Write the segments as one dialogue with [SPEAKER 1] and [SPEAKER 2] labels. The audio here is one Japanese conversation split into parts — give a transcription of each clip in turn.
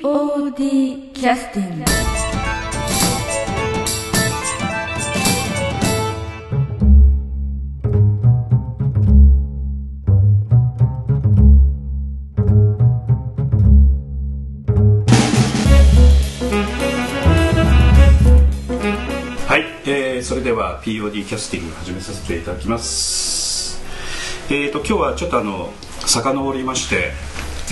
[SPEAKER 1] POD キャスティング
[SPEAKER 2] はい、えーそれでは POD キャスティング始めさせていただきますえー、と今日はちょっとあの遡りまして、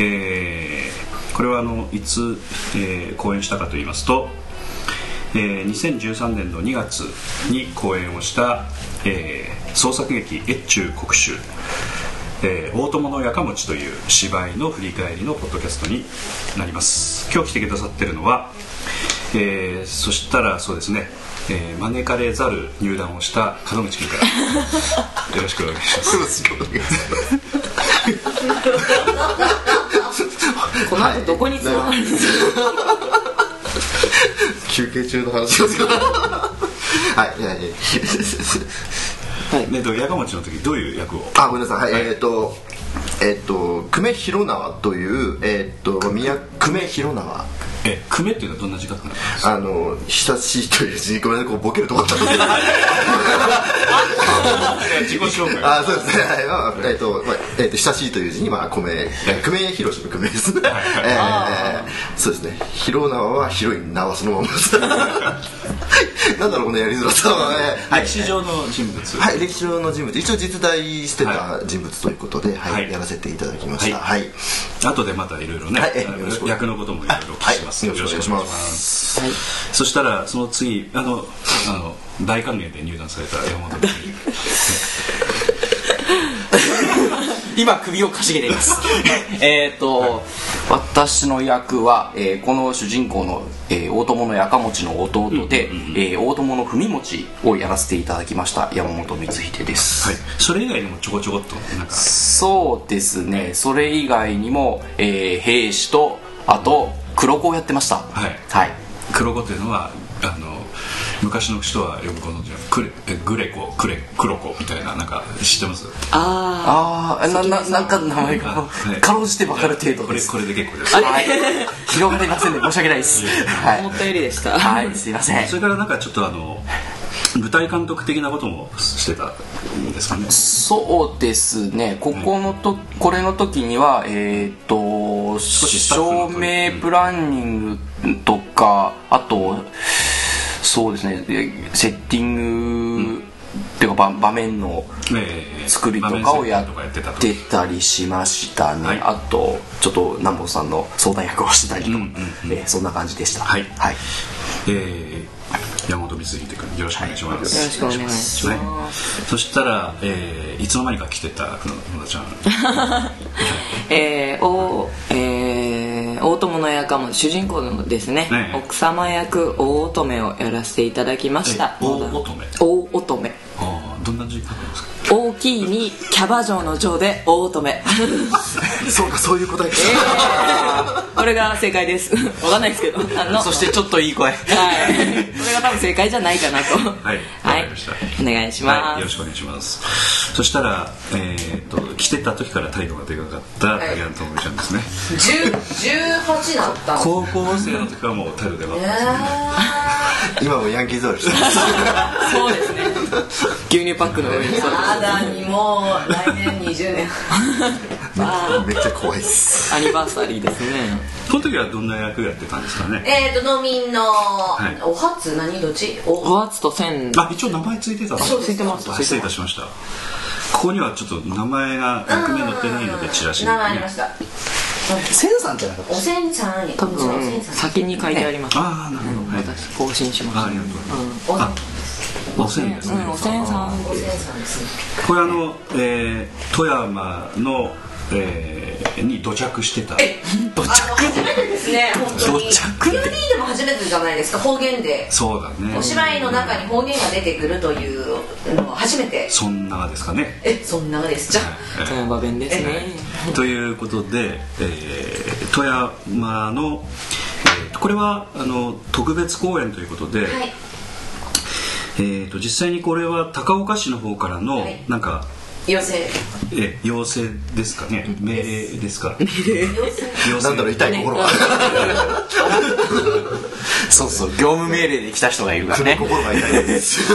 [SPEAKER 2] えーこれはあのいつ、えー公演したかと言いますと、えー2013年の2月に公演をした、えー創作劇「越中国主」えー大友のやかもちという芝居の振り返りのポッドキャストになります今日来てくださってるのは、えーそしたらそうですね、えー招かれざる入団をした門口君から よろしくお願いします
[SPEAKER 3] この 後どこにつながる
[SPEAKER 4] 休憩中の話ですけどはいいやいやいや
[SPEAKER 2] ね、でやかもちの時どういう役を
[SPEAKER 4] あごめんなさいはいえっ、とえっ、と久米広縄というえっ、と宮久米広縄
[SPEAKER 2] え久米っていうのはどんな字書くの
[SPEAKER 4] あの親しいという字ごめんなさいこうボケるとこだったんですけど
[SPEAKER 2] 自己紹介
[SPEAKER 4] あそうですねはいまあえっ、と、まあえー、と親しいという字にまあ米えー久米広しの久米ですね、えーそうですね広縄は広い縄そのままです なんだろうこのやりづらさはねはい
[SPEAKER 2] 歴史上の人物、
[SPEAKER 4] はい、歴史上の人物一応実在して
[SPEAKER 2] は
[SPEAKER 4] た人物ということで、はい
[SPEAKER 2] はい
[SPEAKER 4] やらせていただきました
[SPEAKER 2] は
[SPEAKER 4] はいい、
[SPEAKER 2] 後でまたいろいろね、
[SPEAKER 4] はいえ
[SPEAKER 2] あの
[SPEAKER 4] よろしくお願い
[SPEAKER 2] 役のこともいろいろお聞きします、
[SPEAKER 4] はいよろしくお願いします
[SPEAKER 2] よろしくお願いしますそしたらその次あのあの大歓迎で入団された山本君
[SPEAKER 5] 今首をかしげています えっと、私の役は、えーこの主人公の、えー大友のやかもちの弟で、えー大友の文持ちをやらせていただきました山本光秀です、
[SPEAKER 2] はいそれ以外にもちょこちょこっとなんか
[SPEAKER 5] そうですねそれ以外にも、えー兵士とあと黒子をやってましたはい
[SPEAKER 2] 黒子というのはあの昔の人はよくご存知のクレえグレコクレ黒子みたいななんか知ってます
[SPEAKER 3] あ
[SPEAKER 5] ああなななんか名前が
[SPEAKER 2] はい
[SPEAKER 5] かろうじて分かる程度
[SPEAKER 2] こ
[SPEAKER 5] で
[SPEAKER 2] れ
[SPEAKER 5] す
[SPEAKER 2] これで結構です
[SPEAKER 5] はい、広がりませんで申し訳ないですは
[SPEAKER 3] あ思ったよりでした、
[SPEAKER 5] い、はい、すいません
[SPEAKER 2] それからなんかちょっとあの舞台監督的なこともしてたんですかね
[SPEAKER 5] そうですねここのと、これの時にはえっ、と
[SPEAKER 2] しスタッフの
[SPEAKER 5] 照
[SPEAKER 2] 取り
[SPEAKER 5] 明プランニングとかあとそうですねでセッティング、っていうか場場面の
[SPEAKER 2] ええ
[SPEAKER 5] 作りとかをや
[SPEAKER 2] 場面設定とかやってた
[SPEAKER 5] っ
[SPEAKER 2] と
[SPEAKER 5] てたりしましたね、
[SPEAKER 2] はい
[SPEAKER 5] あとちょっと南本さんの相談役をしてたりとか、
[SPEAKER 2] うんうん
[SPEAKER 5] えーそんな感じでした
[SPEAKER 2] はい
[SPEAKER 5] はい、
[SPEAKER 2] えー、山本光秀君よろしくお願いします、
[SPEAKER 3] よろしくお願いし
[SPEAKER 2] ね
[SPEAKER 3] ま、
[SPEAKER 2] そしたら、えーいつの間にか来てた野田ちゃん
[SPEAKER 3] すえーおえー大友の役も主人公のですね、
[SPEAKER 2] ええ
[SPEAKER 3] 奥様役大乙女をやらせていただきました
[SPEAKER 2] え大乙女
[SPEAKER 3] 大乙女
[SPEAKER 2] あーどんな字書くんですか
[SPEAKER 3] 大きいにキャバ嬢の嬢で大乙女
[SPEAKER 4] そうかそういう答えか、
[SPEAKER 3] これが正解ですわかんないですけどあの
[SPEAKER 5] そしてちょっといい声
[SPEAKER 3] はいこれが多分正解じゃないかなと
[SPEAKER 2] はいわかりました
[SPEAKER 3] お願いしま
[SPEAKER 2] はい、よろ
[SPEAKER 3] す
[SPEAKER 2] しくお願いしますそしたら、えー、と来てた時から態度がでかかった
[SPEAKER 6] い
[SPEAKER 2] 竹原智美ちゃんですね、
[SPEAKER 6] 10 18だったん
[SPEAKER 2] 高校生の時からもう態度でかかったですね
[SPEAKER 4] 今もヤンキー座りしてます
[SPEAKER 3] そうですね牛乳パックの上に座って
[SPEAKER 6] やだにもう来年20年
[SPEAKER 4] めっちゃ怖いっす
[SPEAKER 3] アニバーサリーですね
[SPEAKER 2] この時はどんな役やってたんですかね
[SPEAKER 6] えーと農民の、
[SPEAKER 2] い
[SPEAKER 6] お初何どっちお
[SPEAKER 3] 5月と1000
[SPEAKER 2] あ一応名前ついてた
[SPEAKER 6] そうついてます
[SPEAKER 2] あ失礼いたしましたここにはちょっと名前が役名載ってないのでチラシに、
[SPEAKER 6] 名前ありました
[SPEAKER 5] 千さんじゃなかっ
[SPEAKER 6] おせんちゃん多おせんちゃん
[SPEAKER 3] 先に書いてあります
[SPEAKER 2] ああなるほど、はい、
[SPEAKER 3] 更新しま
[SPEAKER 2] あ
[SPEAKER 3] す
[SPEAKER 2] ありがとうございます、
[SPEAKER 6] おせん
[SPEAKER 2] おせんですね、
[SPEAKER 3] うんおせんさん
[SPEAKER 6] おせんさんですね
[SPEAKER 2] これあの、えー、富山の、えー、に土着してた
[SPEAKER 6] あの初めてですね本当に
[SPEAKER 2] 到着
[SPEAKER 6] POD でも初めてじゃないですか方言で
[SPEAKER 2] そうだね
[SPEAKER 6] お芝居の中に方言が出てくるというのは初めて
[SPEAKER 2] そんなですかね、
[SPEAKER 6] えそんなですじゃあ
[SPEAKER 2] えー
[SPEAKER 3] 富山弁ですね
[SPEAKER 2] ということで、えー富山の、えーこれはあの特別公演ということで、
[SPEAKER 6] はい
[SPEAKER 2] えー、と実際にこれは高岡市の方からの、
[SPEAKER 6] はい
[SPEAKER 2] なんか
[SPEAKER 6] 妖精
[SPEAKER 2] え要請ですかね命令ですか
[SPEAKER 6] 妖精
[SPEAKER 2] 要
[SPEAKER 4] なんだろう痛い心が
[SPEAKER 5] そうそう業務命令で来た人がいるからね
[SPEAKER 4] 心が痛いです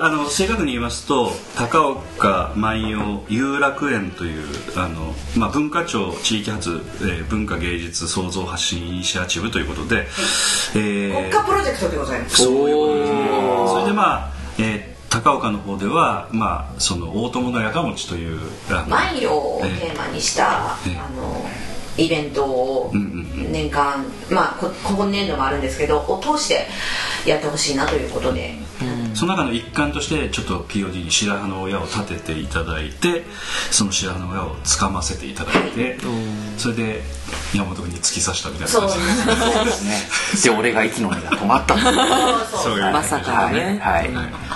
[SPEAKER 2] あの正確に言いますと高岡万葉有楽園というあの、まあ、文化庁地域発、えー文化芸術創造発信イニシアチブということで、えー
[SPEAKER 6] 国家プロジェクトでございます
[SPEAKER 2] そういうことですねそれでまあ、えー高岡の方では、まあ、その大友のやかもちというあの
[SPEAKER 6] マイロをテーマにした、
[SPEAKER 2] ええ
[SPEAKER 6] あのイベントを
[SPEAKER 2] んうん
[SPEAKER 6] 年間、まあこ今年度もあるんですけどを通してやってほしいなということで、
[SPEAKER 2] その中の一環としてちょっと POD に白羽の親を立てていただいてその白羽の親をつかませていただいてそれで山本君に突き刺したみたいな
[SPEAKER 6] そう
[SPEAKER 2] 感じ
[SPEAKER 5] そうですねで俺が息の根が止まったんだ
[SPEAKER 2] そういう
[SPEAKER 3] まさかのね
[SPEAKER 5] はい、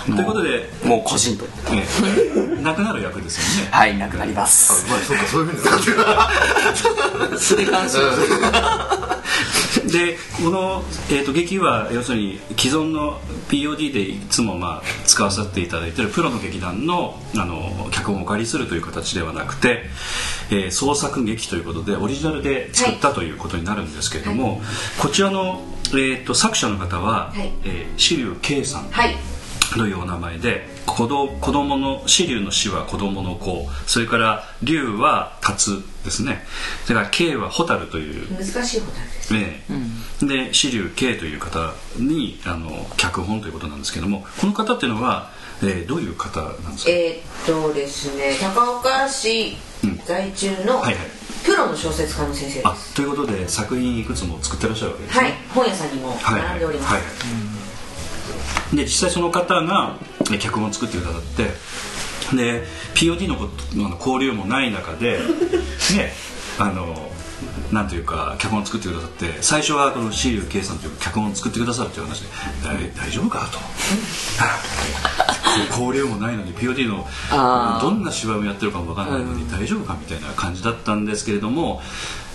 [SPEAKER 2] ということで、
[SPEAKER 5] もう個人と
[SPEAKER 2] ね、 なくなる役ですよね
[SPEAKER 5] はいなくなります
[SPEAKER 4] まあそうかそういうふうになってる
[SPEAKER 2] でこの、えー、と劇は要するに既存の POD でいつも、まあ、使わさせていただいているプロの劇団のあの脚本をお借りするという形ではなくて、えー創作劇ということでオリジナルで作ったということになるんですけれども、こちらの、えー、と作者の方は
[SPEAKER 6] はい
[SPEAKER 2] えー紫龍圭さん
[SPEAKER 6] はい
[SPEAKER 2] というお名前で子ど子供の子竜の子は子供の子それから竜は竜ですねそれから慶は蛍という
[SPEAKER 6] 難しいことなんです
[SPEAKER 2] ええで紫龍慶という方にあの脚本ということなんですけどもこの方っていうのは、えーどういう方なんですか、
[SPEAKER 6] えーっとですね高岡市在住の
[SPEAKER 2] はいはい
[SPEAKER 6] プロの小説家の先生で
[SPEAKER 2] あ
[SPEAKER 6] す
[SPEAKER 2] ということで作品いくつも作ってらっしゃるわけですね
[SPEAKER 6] はい本屋さんにも並んでおります、
[SPEAKER 2] はいはいで実際その方がえ脚本を作ってくださってで POD のことの交流もない中 でねあのなんというか脚本を作ってくださって最初はこのシール圭さんという脚本を作ってくださるという話で大大丈夫かと交流もないのに POD の
[SPEAKER 3] あー
[SPEAKER 2] どんな芝居もやってるかもわからないのに大丈夫かみたいな感じだったんですけれども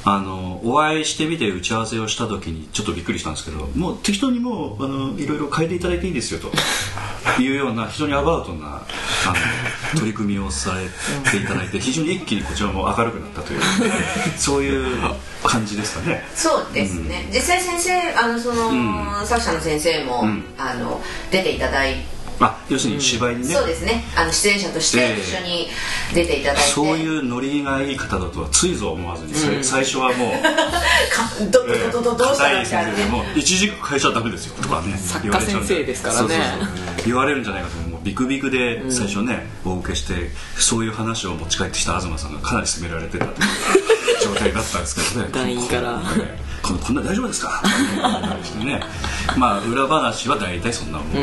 [SPEAKER 2] あのお会いしてみて打ち合わせをした時にちょっとびっくりしたんですけどもう適当にもうあのいろいろ変えていただいていいですよというような非常にアバウトなあの取り組みをされていただいて非常に一気にこちらも明るくなったというそういう感じですかね。
[SPEAKER 6] そうですね、実際先生あのその、作者の先生も、
[SPEAKER 2] ん
[SPEAKER 6] あの出ていただいて
[SPEAKER 2] あ要するに芝居にね、
[SPEAKER 6] そうですねあの出演者とし
[SPEAKER 2] え
[SPEAKER 6] て
[SPEAKER 2] え
[SPEAKER 6] 一緒に出ていただいて、
[SPEAKER 2] そういうノリがいい方だとはついぞ思わずに、それ最初はもう
[SPEAKER 6] かどどどどどうしたら
[SPEAKER 2] 硬
[SPEAKER 6] み
[SPEAKER 2] い
[SPEAKER 6] たいな
[SPEAKER 2] 先生でもう一軸変えちゃダメですよとかね
[SPEAKER 3] 作
[SPEAKER 2] 言
[SPEAKER 3] 家
[SPEAKER 2] われちゃうん
[SPEAKER 3] 先生ですからね
[SPEAKER 2] そうそうそう言われるんじゃないかともうビクビクで最初ね、お受けしてそういう話を持ち帰ってきた東さんがかなり責められてたという状態だったんですけどね
[SPEAKER 3] 団員から
[SPEAKER 2] ねこんこんな大丈夫ですかとかね言われたりしてねまあ裏話は大体そんなもん、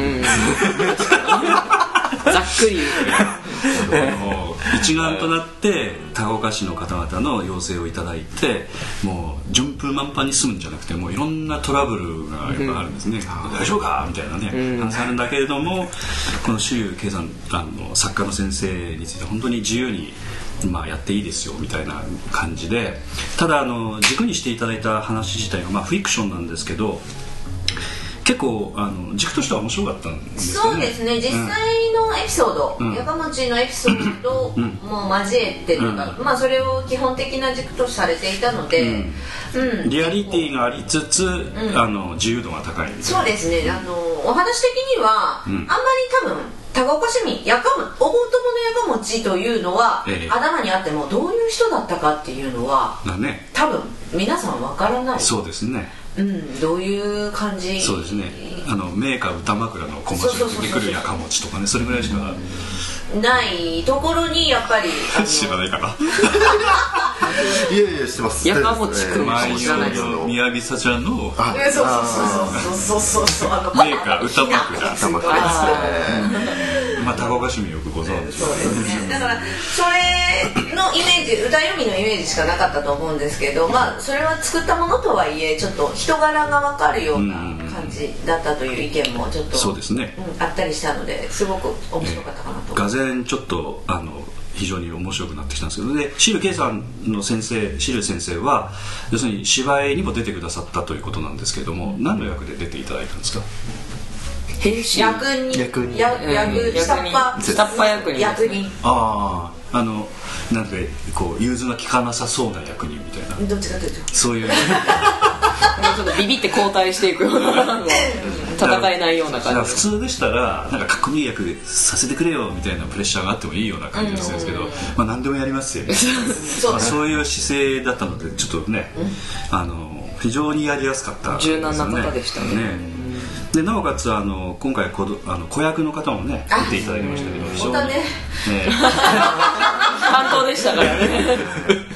[SPEAKER 3] ざっくり言う
[SPEAKER 2] もう一丸となって高岡市の方々の要請をいただいてもう順風満帆に済むんじゃなくてもういろんなトラブルがやっぱあるんですね、大丈夫かみたいなね、話あるんだけれどもこの周遊圭さんあの作家の先生について本当に自由に。まあ、やっていいですよみたいな感じでただあの軸にしていただいた話自体が、まあ、フィクションなんですけど結構あの軸としては面白かったんですよね
[SPEAKER 6] そうですね実際のエピソード、
[SPEAKER 2] うん
[SPEAKER 6] やかまちのエピソードをもう交えてというか、まあ、それを基本的な軸とされていたので、うん
[SPEAKER 2] リアリティがありつつ、あの自由度が高いみたい
[SPEAKER 6] そうですね、あのお話的には、
[SPEAKER 2] ん
[SPEAKER 6] あんまり多分高岡市民やかむ大友のやかもちというのは、
[SPEAKER 2] ええ
[SPEAKER 6] 頭にあってもどういう人だったかっていうのは
[SPEAKER 2] なね
[SPEAKER 6] 多分皆さんわからない
[SPEAKER 2] そうですね
[SPEAKER 6] うん、どういう感じ
[SPEAKER 2] そうですねあのメーカー歌枕のコマーシャルで出てくるやかもちとかねそれぐらいしか
[SPEAKER 6] ないところにや っぱりあの
[SPEAKER 2] 知らないかない
[SPEAKER 4] やいやしてます
[SPEAKER 3] やかもちくん
[SPEAKER 4] あ
[SPEAKER 2] 万
[SPEAKER 3] 知らないです
[SPEAKER 2] 葉の宮城さちゃんの
[SPEAKER 4] あ
[SPEAKER 6] えそうそうそうそうそうそうそうあの
[SPEAKER 2] メーカー歌枕
[SPEAKER 4] 頭からですね
[SPEAKER 2] まあ高岡市民よくご存知
[SPEAKER 6] そうですね だからそれのイメージ歌読みのイメージしかなかったと思うんですけど、まあ、それは作ったものとはいえちょっと人柄が分かるような感じだったという意見もちょっと
[SPEAKER 2] そうですね
[SPEAKER 6] うんあったりしたのですごく面白かったかなと思います
[SPEAKER 2] がぜんちょっとあの非常に面白くなってきたんですけどでシルケイさんの先生シル先生は要するに芝居にも出てくださったということなんですけれども何の役で出ていただいたんですか
[SPEAKER 3] 兵士
[SPEAKER 6] 役に
[SPEAKER 4] 役に
[SPEAKER 6] や
[SPEAKER 3] うん
[SPEAKER 6] 役下っ端
[SPEAKER 3] 下っ端役に
[SPEAKER 6] 役に
[SPEAKER 2] あああのなんでこう融通が利かなさそうな役人みたいな
[SPEAKER 6] どっちかというと
[SPEAKER 2] そういう
[SPEAKER 3] ちょっとビビって交代していくような戦えないような
[SPEAKER 2] だから
[SPEAKER 3] 感
[SPEAKER 2] 普
[SPEAKER 3] じ
[SPEAKER 2] 通でしたらなんかかっこいい役させてくれよみたいなプレッシャーがあってもいいような感じがするんですけど、まあ、何でもやりますよね
[SPEAKER 6] そう
[SPEAKER 2] まあそういう姿勢だったのでちょっとね、あの非常にやりやすかったですよね、
[SPEAKER 3] 柔軟な方でしたね
[SPEAKER 2] でなおかつあの今回子どあの子役の方もね出ていただきましたけど非常に
[SPEAKER 6] 本当はね
[SPEAKER 2] ね
[SPEAKER 3] 担当でしたからね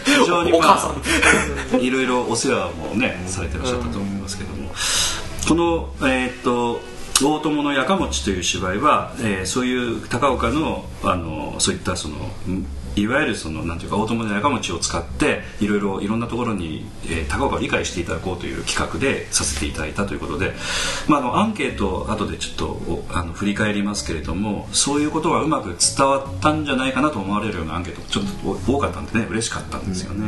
[SPEAKER 2] 非常に、まあ、
[SPEAKER 5] お母さ
[SPEAKER 2] いろいろお世話もねされてらっしゃったと思いますけども、このえーっと大友のやかもちという芝居は、えーそういう高岡のあのそういったそのんいわゆるそのなんていうか大友のやかもちを使っていろいろいろんなところに、えー高岡を理解していただこうという企画でさせていただいたということで、まあ、あのアンケート後でちょっとおあの振り返りますけれどもそういうことがうまく伝わったんじゃないかなと思われるようなアンケートちょっと多かったんでね嬉しかったんですよね。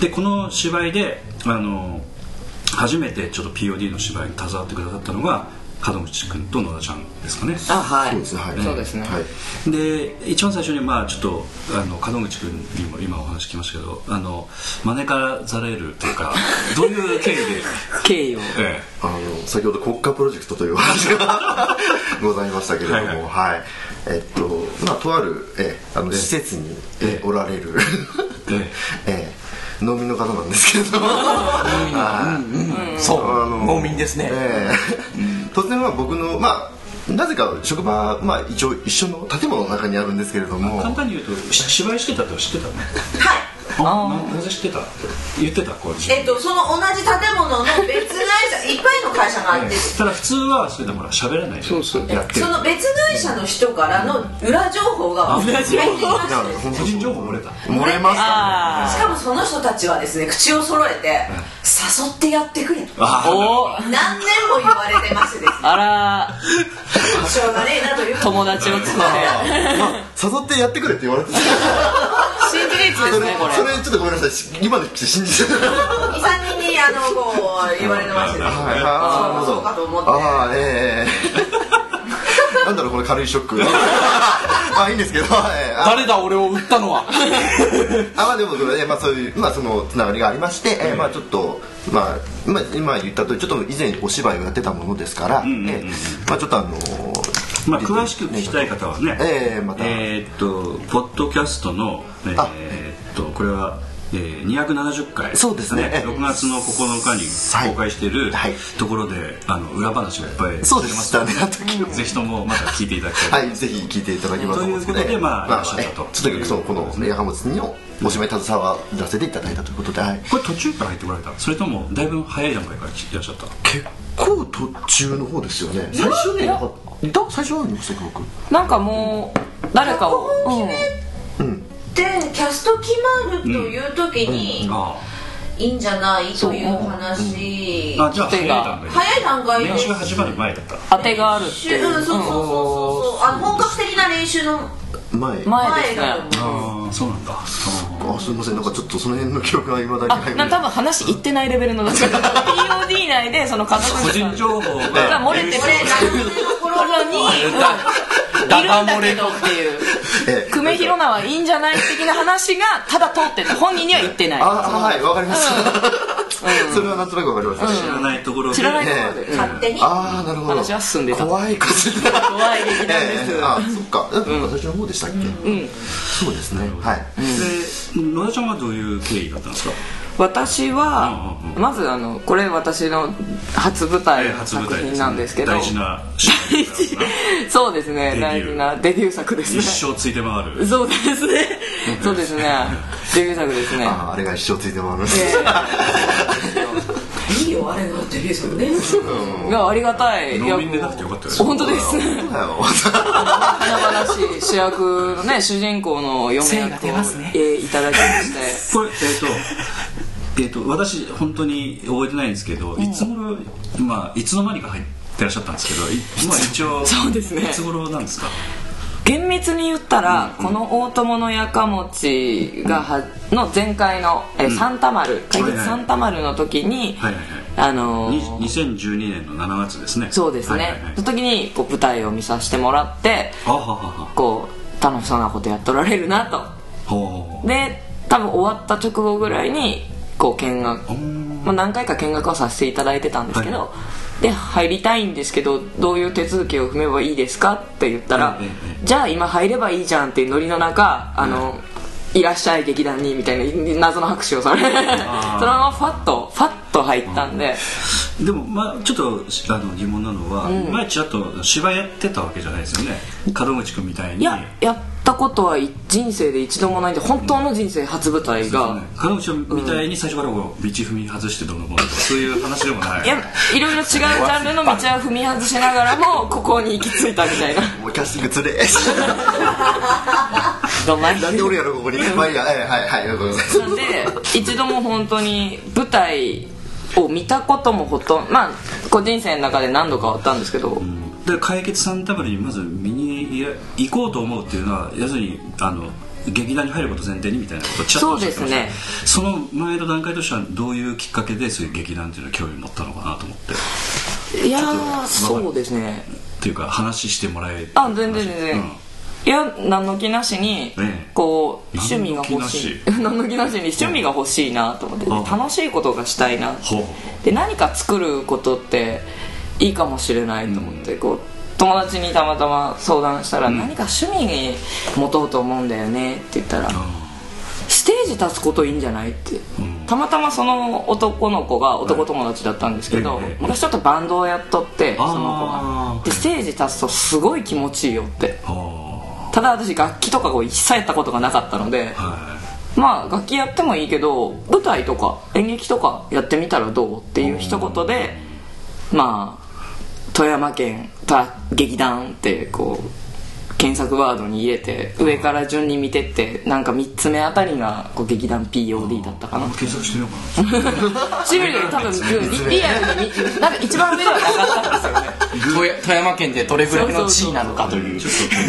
[SPEAKER 2] でこの芝居であの初めてちょっと POD の芝居に携わってくださったのが門口君と野田ちゃんですかね
[SPEAKER 3] あはい
[SPEAKER 4] そうですねはい
[SPEAKER 3] そうですね
[SPEAKER 4] はい
[SPEAKER 2] で一番最初にまあちょっとあの門口君にも今お話聞きましたけどあの招かざれるという かどういう経緯で、
[SPEAKER 3] 敬意を
[SPEAKER 2] え
[SPEAKER 4] あの先ほど国家プロジェクトというお話がございましたけれども、
[SPEAKER 2] は
[SPEAKER 4] はいい
[SPEAKER 2] は
[SPEAKER 4] えっとまあとあるえあの施設にえおられる
[SPEAKER 2] え
[SPEAKER 4] え農民の方なんですけれども、はい
[SPEAKER 5] そう
[SPEAKER 4] あの
[SPEAKER 5] 農民ですね
[SPEAKER 4] ええ突然まあ僕のまあなぜか職場まあ一応一緒の建物の中にあるんですけれど
[SPEAKER 2] え
[SPEAKER 4] も
[SPEAKER 2] 簡単に言うとし芝居してたって知ってたの
[SPEAKER 6] はい
[SPEAKER 2] あななぜ知ってた言ってたこう自分
[SPEAKER 6] えっとその同じ建物の別会 社いっぱいの会社があって
[SPEAKER 2] ただ普通はそれでほら喋らないじゃないですかやってる
[SPEAKER 6] その別会社の人からの裏情報が裏情報
[SPEAKER 4] だから本
[SPEAKER 2] 個人情報漏れた
[SPEAKER 4] 当漏れますか
[SPEAKER 6] しかもその人たちはですね口を揃えて誘ってやってくれと
[SPEAKER 2] あ
[SPEAKER 3] おお
[SPEAKER 6] 何年も言われてましてで
[SPEAKER 3] あら
[SPEAKER 6] すねしょうがねえなという
[SPEAKER 3] ー友達を作って
[SPEAKER 4] ねまあ誘ってやってくれって言われてたそれ
[SPEAKER 3] 新事実ですねこ
[SPEAKER 4] そ
[SPEAKER 3] れ
[SPEAKER 4] れちょっとごめんなさいし今の聞いて信じてない
[SPEAKER 6] 23人にあのこう言われてましてですね
[SPEAKER 4] ああ
[SPEAKER 6] そうかと思って
[SPEAKER 4] ああええ なんだろうこれ軽いショックまあいいんですけど、ええあ
[SPEAKER 5] 誰だ俺を売ったのは
[SPEAKER 4] あまあでもそれ、ねまあ、そういう、まあ、そのつながりがありまして、ええまあちょっと、まあ、今今言ったとりちょっと以前お芝居をやってたものですから、ええまあちょっとあのー
[SPEAKER 2] まあ、詳しく聞きたい方はね、
[SPEAKER 4] ええまた
[SPEAKER 2] えーっとポッドキャストの、えー
[SPEAKER 4] あ
[SPEAKER 2] っとこれは、えー、270回
[SPEAKER 4] そうですねええ
[SPEAKER 2] 6月の9日に
[SPEAKER 4] はい
[SPEAKER 2] 公開している
[SPEAKER 4] はい
[SPEAKER 2] ところで、あの裏話がいっぱい
[SPEAKER 4] そうでしたねあの時
[SPEAKER 2] ぜひともまた聞いていただきたい、
[SPEAKER 4] はい、ぜひ聞いていただきます思んすけど
[SPEAKER 2] ということでまあいらっ
[SPEAKER 4] まあ
[SPEAKER 2] しゃっ
[SPEAKER 4] え
[SPEAKER 2] たと
[SPEAKER 4] えとにかくそうこの矢本さんにもお芝居に携わらせていただいたということで、はい、
[SPEAKER 2] これ途中から入ってこられたそれともだいぶ早い段階からいらっしゃった
[SPEAKER 4] 結構途中の方ですよね最初ねなんかいた最初はありました僕
[SPEAKER 3] なんかもう誰かを
[SPEAKER 6] 脚本
[SPEAKER 3] うん
[SPEAKER 6] でキャスト決まるという時に
[SPEAKER 2] あ
[SPEAKER 6] いいんじゃないという話
[SPEAKER 2] ああじゃあ
[SPEAKER 3] 手
[SPEAKER 2] 早い
[SPEAKER 3] が
[SPEAKER 2] 段階
[SPEAKER 6] 早い段階で
[SPEAKER 2] 練習が始まる前だった
[SPEAKER 3] 当てがあるっ
[SPEAKER 6] して
[SPEAKER 3] いう
[SPEAKER 6] うんそうそうそうそうそうあの本格的な練習の
[SPEAKER 4] 前
[SPEAKER 3] 前で
[SPEAKER 6] 前
[SPEAKER 3] す
[SPEAKER 6] だ
[SPEAKER 3] ね
[SPEAKER 6] と思う
[SPEAKER 2] ああそうなんだあ
[SPEAKER 4] あすみませんなんかちょっとその辺の記憶がいまだに
[SPEAKER 3] あ
[SPEAKER 4] ない
[SPEAKER 3] なんか多分話いってないレベルの POD 内でその家
[SPEAKER 2] ー個
[SPEAKER 3] 族
[SPEAKER 2] 人情報
[SPEAKER 3] が
[SPEAKER 2] が
[SPEAKER 3] 漏れてる
[SPEAKER 6] 俺何もところ
[SPEAKER 3] 頃に、うん、いるん
[SPEAKER 5] ダダ
[SPEAKER 3] だ
[SPEAKER 5] 漏
[SPEAKER 3] け
[SPEAKER 5] れ
[SPEAKER 3] どっていう
[SPEAKER 4] ええ
[SPEAKER 3] 久米広菜はいいんじゃない的な話がただ通ってて本人には言ってない
[SPEAKER 4] ああはいわかりました、 それはなんとなくわかりました、
[SPEAKER 2] 知らないところで
[SPEAKER 3] 知らないところ
[SPEAKER 4] え
[SPEAKER 3] で、
[SPEAKER 4] え
[SPEAKER 6] 勝手に
[SPEAKER 4] ああなるほど
[SPEAKER 3] 話は進んでた
[SPEAKER 4] 怖い感じだ
[SPEAKER 3] 怖い劇団です
[SPEAKER 4] ええあそっかだって私の方でしたっけ、そうですねはい、
[SPEAKER 2] で野田ちゃんはどういう経緯だったんですか
[SPEAKER 3] 私は、
[SPEAKER 2] うんうん
[SPEAKER 3] まずあのこれ私の初舞台の作品なんですけど、
[SPEAKER 2] 大事なシーンだからな
[SPEAKER 3] そうですね
[SPEAKER 2] デビュー
[SPEAKER 3] 大事なデビュー作ですね
[SPEAKER 2] 一生ついて回 る
[SPEAKER 3] そうですねそうですねデビュー作ですね
[SPEAKER 4] あああれが一生ついてもらいます、
[SPEAKER 6] いいよあれがデビュー作ね
[SPEAKER 3] がありがたい
[SPEAKER 2] 農民でなくてよかったです
[SPEAKER 3] 本当です
[SPEAKER 4] そうだよ
[SPEAKER 3] 華々しい主役のね主人公の嫁役を、えーいただきまして
[SPEAKER 2] これえっ、とえ っ、と私本当に覚えてないんですけど、いつ頃まあいつの間にか入ってらっしゃったんですけどいまあ一応
[SPEAKER 3] そうですね
[SPEAKER 2] いつ頃なんですか
[SPEAKER 3] 厳密に言ったら、この大友のやかもちがはの前回の、えーサンタ丸怪物サンタ丸の時に、
[SPEAKER 2] はいはいはい
[SPEAKER 3] あの
[SPEAKER 2] に2012年の7月ですね
[SPEAKER 3] そうですね、
[SPEAKER 2] はいはいはい
[SPEAKER 3] その時にこう舞台を見させてもらって
[SPEAKER 2] あははは
[SPEAKER 3] こう楽しそうなことやっとられるなと
[SPEAKER 2] ほう
[SPEAKER 3] で多分終わった直後ぐらいにこう見学、まあ、何回か見学はさせていただいてたんですけど、
[SPEAKER 2] は
[SPEAKER 3] で入りたいんですけどどういう手続きを踏めばいいですかって言ったら、
[SPEAKER 2] うんうん
[SPEAKER 3] じゃあ今入ればいいじゃんっていうノリの中あの、いらっしゃい劇団にみたいな謎の拍手をされそのままファッとファッと入ったんで、
[SPEAKER 2] でも、まあ、ちょっとあの疑問なのは、前ちょっと芝居やってたわけじゃないですよね門口君みたいに
[SPEAKER 3] いややったことは人生で一度もないんで本当の人生初舞台が、
[SPEAKER 2] 彼女みたいに最初からこう道踏み外してどうのこうのとかそういう話でもない
[SPEAKER 3] いやいろいろ違うジャンルの道を踏み外しながらもここに行き着いたみたいな
[SPEAKER 4] もうキャスティングつれ え
[SPEAKER 3] どんな人
[SPEAKER 4] なんで俺やろここにまあいいやええはいはいありがとうございます
[SPEAKER 3] なんで一度も本当に舞台を見たこともほとんどまあ個人生の中で何度かはあったんですけど、
[SPEAKER 2] で解決さんのためにまず見に行こうと思うっていうのは要するにあの劇団に入ること前提にみたいなことをちらっとおっしゃってました
[SPEAKER 3] そうです
[SPEAKER 2] その前の段階としてはどういうきっかけでそういう劇団っていうのを興味を持ったのかなと思ってっ
[SPEAKER 3] いやーそうですね
[SPEAKER 2] ていうか話してもらえ
[SPEAKER 3] あ全然全然、
[SPEAKER 2] うん
[SPEAKER 3] いや何の気なしに、
[SPEAKER 2] ええ
[SPEAKER 3] こう趣味が欲しい 何の気なしに趣味が欲しいなと思って、
[SPEAKER 2] うん
[SPEAKER 3] 楽しいことがしたいな
[SPEAKER 2] ほう
[SPEAKER 3] で何か作ることっていいかもしれないと思って、こう友達にたまたま相談したら、何か趣味に持とうと思うんだよねって言ったら、ステージ立つこといいんじゃないって、たまたまその男の子が男友達だったんですけど、
[SPEAKER 2] ええええ
[SPEAKER 3] 昔ちょっとバンドをやっとってそ
[SPEAKER 2] あー
[SPEAKER 3] の子がでステージ立つとすごい気持ちいいよって
[SPEAKER 2] ほ
[SPEAKER 3] ただ私楽器とかを一切やったことがなかったので
[SPEAKER 2] うはい
[SPEAKER 3] まあ楽器やってもいいけど舞台とか演劇とかやってみたらどうっていう一言でまあ富山県た劇団ってこう検索ワードに入れて上から順に見てってなんか3つ目あたりがこう劇団 POD だったかな
[SPEAKER 2] 検索してみようか
[SPEAKER 3] シビルより多分リリアルに見なんか一番上ではなかったんですよね
[SPEAKER 5] 富富山県でどれぐらいの地位なのかという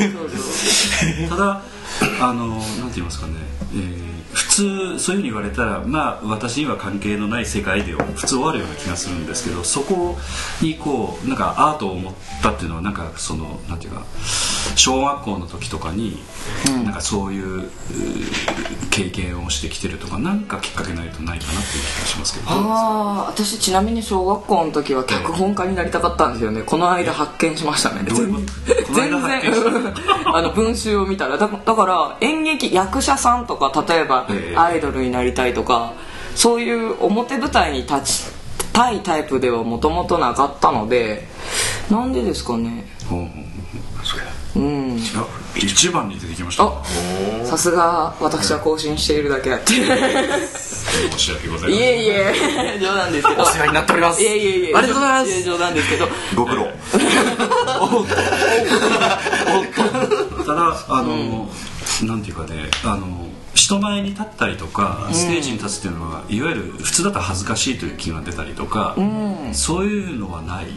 [SPEAKER 2] なただあのなんて言いますかね、えー普通そういうふうに言われたらまあ私には関係のない世界で普通終わるような気がするんですけどそこにこうなんかアートを持ったっていうのはなんかそのなんていうか小学校の時とかに、なんかそういううー経験をしてきてるとかなんかきっかけないとないかなっていう気がしますけど
[SPEAKER 3] ああ私ちなみに小学校の時は脚本家になりたかったんですよねこの間発見しましたね
[SPEAKER 2] どういうことこの間
[SPEAKER 3] 全
[SPEAKER 2] 発
[SPEAKER 3] 然
[SPEAKER 2] 見した
[SPEAKER 3] あの文集を見たらだだから演劇役者さんとか例えば
[SPEAKER 2] ええ
[SPEAKER 3] アイドルになりたいとかそういう表舞台に立ちたいタイプではもともとなかったのでなんでですかね
[SPEAKER 2] うん
[SPEAKER 3] うん
[SPEAKER 2] あ一番に出てきました
[SPEAKER 3] あさすが私は更新しているだけあって
[SPEAKER 2] 申し訳ございません
[SPEAKER 3] いえいえ冗談ですけど
[SPEAKER 5] お世話になっております
[SPEAKER 3] いえいえいえ
[SPEAKER 5] ありがとうございます
[SPEAKER 3] や冗談ですけど
[SPEAKER 4] ご苦労
[SPEAKER 2] ただあの、なんていうかねあの人前に立ったりとか、ステージに立つっていうのはいわゆる普通だったら恥ずかしいという気が出たりとか、そういうのはない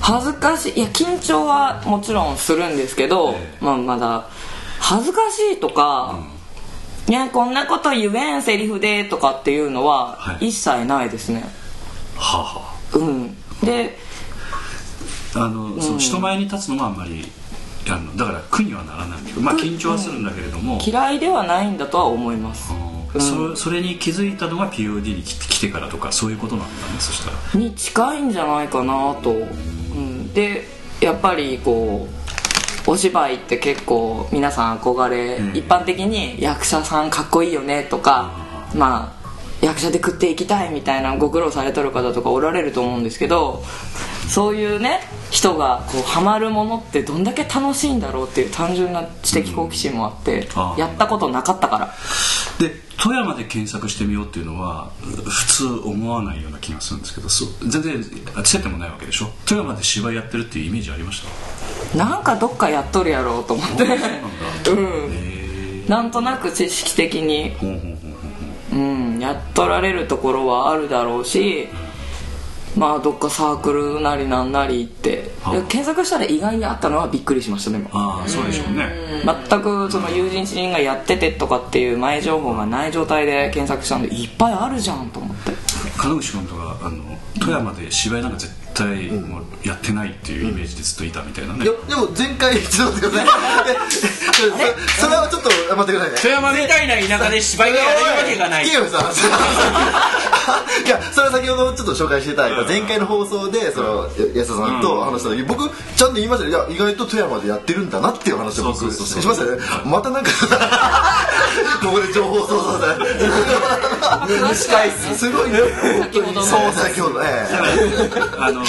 [SPEAKER 3] 恥ずかしいいや緊張はもちろんするんですけど、
[SPEAKER 2] え
[SPEAKER 3] まあ、まだ恥ずかしいとか、いやこんなこと言えんセリフでとかっていうのは
[SPEAKER 2] はい
[SPEAKER 3] 一切ないですね、
[SPEAKER 2] はあは
[SPEAKER 3] うんで
[SPEAKER 2] ああのその人前に立つのはあんまりあのだから苦にはならないけど、まあ、緊張はするんだけれども、
[SPEAKER 3] 嫌いではないんだとは思います
[SPEAKER 2] うんそそれに気づいたのが POD に来て来てからとかそういうことなんだねそしたら
[SPEAKER 3] に近いんじゃないかなと、うん、でやっぱりこうお芝居って結構皆さん憧れ、
[SPEAKER 2] うん
[SPEAKER 3] 一般的に役者さんかっこいいよねとか、まあ役者で食っていきたいみたいなご苦労されてる方とかおられると思うんですけどそういうね人がこうハマるものってどんだけ楽しいんだろうっていう単純な知的好奇心もあって、
[SPEAKER 2] あー
[SPEAKER 3] やったことなかったから
[SPEAKER 2] で富山で検索してみようっていうのは普通思わないような気がするんですけどそう全然接点もないわけでしょ富山で芝居やってるっていうイメージありま した
[SPEAKER 3] なんかどっかやっとるやろうと思ってうんなんとなく知識的に
[SPEAKER 2] ほうほうほうほう
[SPEAKER 3] うんやっとられるところはあるだろうしまあどっかサークルなりなんなりって
[SPEAKER 2] あ
[SPEAKER 3] で検索したら意外にあったのはびっくりしましたね今
[SPEAKER 2] ああそうでしょうね
[SPEAKER 3] 全くその友人知人がやっててとかっていう前情報がない状態で検索したんでいっぱいあるじゃんと思って
[SPEAKER 2] 金口君とかあの富山で芝居なんか絶対もうやってないっていうイメージでずっといたみたいなね、
[SPEAKER 4] いやでも前回ちょっと待 ってくださいそそれはちょっと待ってくださいね
[SPEAKER 5] 富山みたいな田舎で芝居がやれるわけがない
[SPEAKER 4] いやさ いやそれは先ほどちょっと紹介していただいた前回の放送でその安田さんと話した時僕ちゃんと言いましたよいや意外と富山でやってるんだなっていう話を僕し
[SPEAKER 2] そうそうそう
[SPEAKER 4] ま
[SPEAKER 2] そう
[SPEAKER 4] したよねまたなん かここで情報操作されてすごいね
[SPEAKER 3] 先ほどの
[SPEAKER 4] そう先ほどね
[SPEAKER 2] あの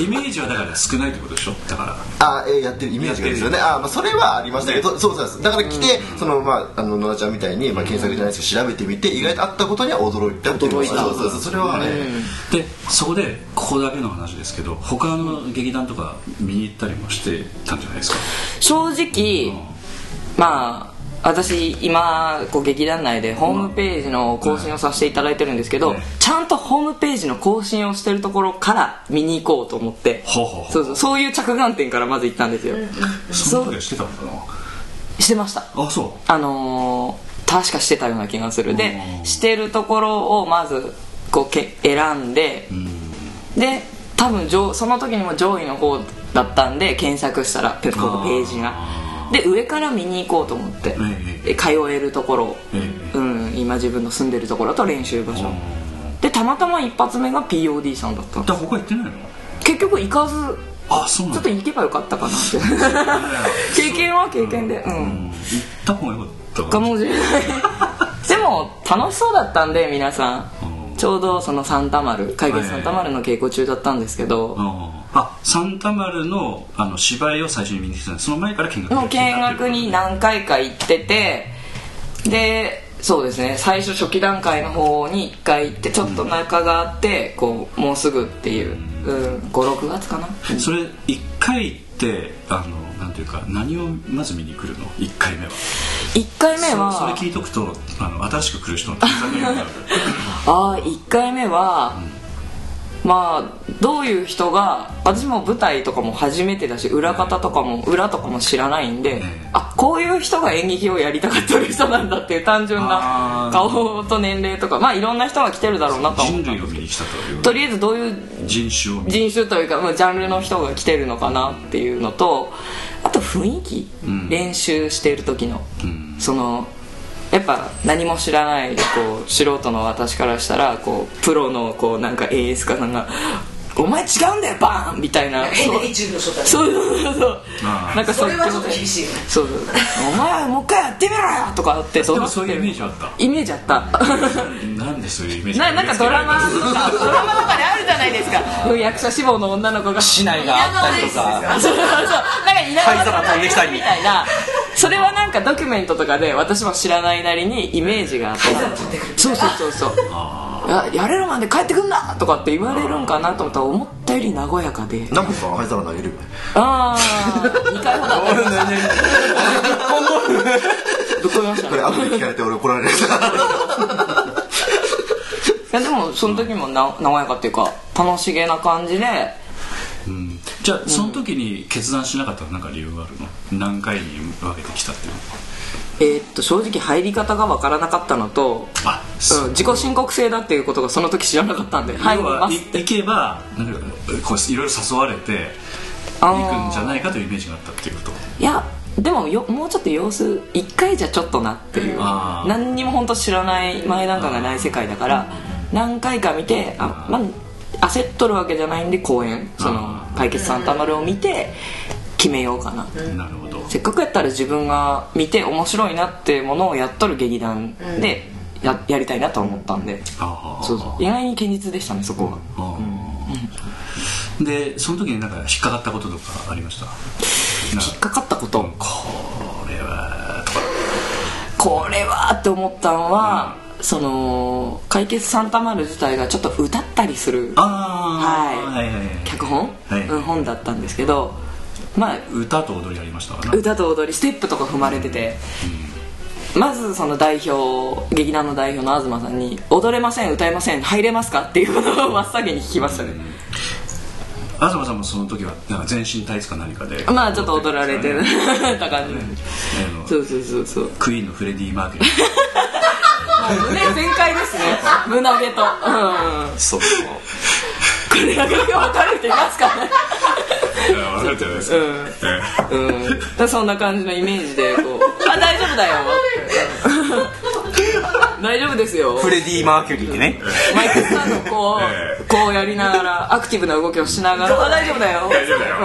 [SPEAKER 2] イメージはだから少ないってことでしょだから
[SPEAKER 4] あえーやってるイメージがですよね、あーまあ、それはありましたけど、そうそうなんです、だから来て、そのまあ、あの野良ちゃんみたいに、まあ、検索じゃないですけど、調べてみて、意外とあったことには驚いたっていうのは
[SPEAKER 3] 驚いた
[SPEAKER 4] そうそうそう、それはね、
[SPEAKER 2] でそこでここだけの話ですけど他の劇団とか見に行ったりもしてたんじゃないですか
[SPEAKER 3] 正直、まあ私今こう劇団内でホームページの更新をさせていただいてるんですけど、
[SPEAKER 2] うん
[SPEAKER 3] ちゃんとホームページの更新をしてるところから見に行こうと思って
[SPEAKER 2] ほうほうほう
[SPEAKER 3] そうそうそういう着眼点からまず行ったんですよ、
[SPEAKER 2] その時はしてたのかな
[SPEAKER 3] してました
[SPEAKER 2] あそ
[SPEAKER 3] あのー確かしてたような気がするでしてるところをまずこうけ選んでで多分上その時にも上位の方だったんで検索したらペここページがで上から見に行こうと思って、
[SPEAKER 2] え
[SPEAKER 3] で通えるところ、
[SPEAKER 2] え
[SPEAKER 3] うん、今自分の住んでるところと練習場所でたまたま一発目が POD さんだった
[SPEAKER 2] うだから他行ってないの
[SPEAKER 3] 結局行かず
[SPEAKER 2] あそう
[SPEAKER 3] ちょ
[SPEAKER 2] な
[SPEAKER 3] っ
[SPEAKER 2] ん
[SPEAKER 3] と
[SPEAKER 2] だ
[SPEAKER 3] 行けばよかったかなっ て経験は経験でうん
[SPEAKER 2] うん行った方がよかった
[SPEAKER 3] か
[SPEAKER 2] かな
[SPEAKER 3] もしれないでも楽しそうだったんで皆さん、
[SPEAKER 2] うん
[SPEAKER 3] ちょうどそのサンタマル海
[SPEAKER 2] は
[SPEAKER 3] 月
[SPEAKER 2] い
[SPEAKER 3] サンタマルの稽古中だったんですけど、
[SPEAKER 2] うんあサンタマルのあの芝居を最初に見に来てたんですその前から見学
[SPEAKER 3] の見学に何回か行っててでそうですね最初初期段階の方に1回行ってちょっと仲があって、こうもうすぐっていう、うん、56月かな
[SPEAKER 2] それ1回行ってあのなんていうか何をまず見に来るの1回目は
[SPEAKER 3] 1回目は
[SPEAKER 2] そそれ聞いとくとあの新しく来る人の対策にもなる
[SPEAKER 3] ああ1回目は、まあどういう人が私も舞台とかも初めてだし裏方とかも裏とかも知らないんで、
[SPEAKER 2] え
[SPEAKER 3] あこういう人が演劇をやりたかってる人なんだっていう単純な
[SPEAKER 2] あー
[SPEAKER 3] 顔と年齢とかまあいろんな人が来てるだろうなと
[SPEAKER 2] 人
[SPEAKER 3] 思った
[SPEAKER 2] 類を見に来たという
[SPEAKER 3] とりあえずどういう
[SPEAKER 2] 人種を見に
[SPEAKER 3] 人種というか、まあ、ジャンルの人が来てるのかなっていうのとあと雰囲気、練習してる時の、そのやっぱ何も知らないこう素人の私からしたらこうプロのこうなんかエースかなんか「お前違うんだよバーン!」みたい な
[SPEAKER 6] 変な一部の人たち
[SPEAKER 3] そうそうそうそう
[SPEAKER 2] あー
[SPEAKER 3] なんか
[SPEAKER 6] そ
[SPEAKER 3] 即
[SPEAKER 6] れ
[SPEAKER 3] 興
[SPEAKER 6] は
[SPEAKER 3] で
[SPEAKER 6] ちょっと厳しいよね
[SPEAKER 3] そうそう「お前もう一回やってみろよ!」とかってそ
[SPEAKER 2] でもそういうイメージあった
[SPEAKER 3] イメージあった
[SPEAKER 2] なんでそういうイメージ
[SPEAKER 3] ななんかドラマ とかドラマとかであるじゃないですか役者志望の女の子が
[SPEAKER 5] 市内があったりとか
[SPEAKER 3] そうそうそうなんか稲
[SPEAKER 5] 灰皿飛んできたり
[SPEAKER 3] みたいなそれはなんかドキュメントとかで私も知らないなりにイメージがあってそうそうそうそうややれるまで帰ってくんなとかって言われるんかなと思ったら思ったより和やかで
[SPEAKER 4] なんかさ、灰皿投げるよね、
[SPEAKER 3] ああ2回ほどぶっ込みました
[SPEAKER 4] こ
[SPEAKER 3] ね
[SPEAKER 4] れ、後で聞かれて俺怒 られる
[SPEAKER 3] いやでもその時もな和やかっていうか楽しげな感じで
[SPEAKER 2] うんじゃあその時に決断しなかったのなんか理由があるの何回に分けてきたっていうの
[SPEAKER 3] えーっと正直入り方がわからなかったのと
[SPEAKER 2] あそう
[SPEAKER 3] うん、自己申告制だっていうことがその時知らなかったんで「はい
[SPEAKER 2] 要
[SPEAKER 3] 見
[SPEAKER 2] は
[SPEAKER 3] ま
[SPEAKER 2] い
[SPEAKER 3] す」って
[SPEAKER 2] 行けばなんかこういろいろ誘われて
[SPEAKER 3] あー
[SPEAKER 2] 行くんじゃないかというイメージがあったっていうこと
[SPEAKER 3] いやでもよもうちょっと様子一回じゃちょっとなっていう
[SPEAKER 2] あー
[SPEAKER 3] 何にも本当知らない前段階がない世界だから何回か見てあ、まあ、焦っとるわけじゃないんで公演その
[SPEAKER 2] あ
[SPEAKER 3] 解決サンタマルを見て決めようかな
[SPEAKER 2] なるほど
[SPEAKER 3] せっかくやったら自分が見て面白いなってものをやっとる劇団でややりたいなと思ったんで
[SPEAKER 2] ああ
[SPEAKER 3] そうそう意外に堅実でしたねそこは。
[SPEAKER 2] あーでその時になんか引っかかったこととかありましたなん
[SPEAKER 3] 引っかかったこと、
[SPEAKER 2] これはとか
[SPEAKER 3] これはって思ったのは、その「解決サンタマル」自体がちょっと歌ったりする
[SPEAKER 2] あー
[SPEAKER 3] はい
[SPEAKER 2] はいはいはい
[SPEAKER 3] 脚本、
[SPEAKER 2] はい
[SPEAKER 3] うん本だったんですけどまあ
[SPEAKER 2] 歌と踊りありましたから
[SPEAKER 3] 歌と踊りステップとか踏まれてて、まずその代表劇団の代表の東さんに「踊れません歌えません入れますか?」っていうことを真っ先に聞きましたね、
[SPEAKER 2] 東さんもその時はなんか全身タイツか何かで
[SPEAKER 3] まあちょっと踊られて
[SPEAKER 2] ね
[SPEAKER 3] た感じ、
[SPEAKER 2] あの
[SPEAKER 3] そうそうそうそう
[SPEAKER 2] クイーンのフレディ・マーケル
[SPEAKER 3] あー胸全開 ですね胸毛とうん
[SPEAKER 5] そう
[SPEAKER 3] これなかなか分かる人いますかね
[SPEAKER 2] 分かるじゃないですか、ええ
[SPEAKER 3] うんだからそんな感じのイメージでこう「あ大丈 夫だよ」大丈夫ですよ
[SPEAKER 5] フレディ・マーキュリーでね
[SPEAKER 3] マイクスタンドこ
[SPEAKER 2] え
[SPEAKER 3] うこうやりながらアクティブな動きをしながら「あ大丈夫だよ」
[SPEAKER 2] 大丈夫だよ